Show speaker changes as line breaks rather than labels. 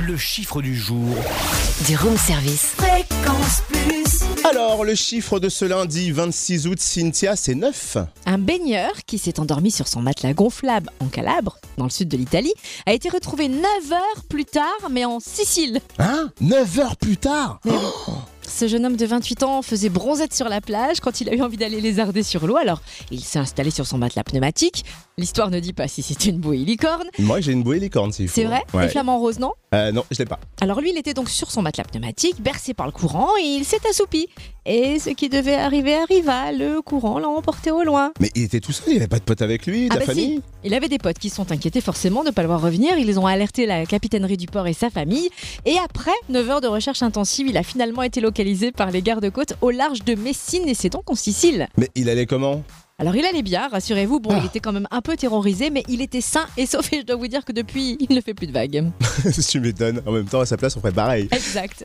Le chiffre du jour.
du room service.
Alors, le chiffre de ce lundi 26 août, Cynthia, c'est 9.
Un baigneur qui s'est endormi sur son matelas gonflable en Calabre, dans le sud de l'Italie, a été retrouvé 9 heures plus tard, mais en Sicile.
Hein 9 heures plus tard
Ce jeune homme de 28 ans faisait bronzette sur la plage quand il a eu envie d'aller lézarder sur l'eau, alors il s'est installé sur son matelas pneumatique. L'histoire ne dit pas si c'était une bouée licorne.
Moi, j'ai une bouée licorne, s'il faut.
C'est vrai
Ouais.
Les flamants roses, non
Euh, Non, je l'ai pas.
Alors lui, il était donc sur son matelas pneumatique, bercé par le courant, et il s'est assoupi. Et ce qui devait arriver arriva, le courant l'a emporté au loin.
Mais il était tout seul, il avait pas de pote avec lui, de
Ah
la
bah
famille
si, il avait des potes qui se sont inquiétés forcément de ne pas le voir revenir. Ils ont alerté la capitainerie du port et sa famille. Et après 9 heures de recherche intensive, il a finalement été localisé par les gardes-côtes au large de Messine et c'est donc en Sicile.
Mais il allait comment
Alors il allait bien, rassurez-vous. Bon,
Ah.
il était quand même un peu terrorisé, mais il était sain et sauf. Et je dois vous dire que depuis, il ne fait plus de vagues.
Tu m'étonnes. En même temps, à sa place, on ferait pareil.
Exact.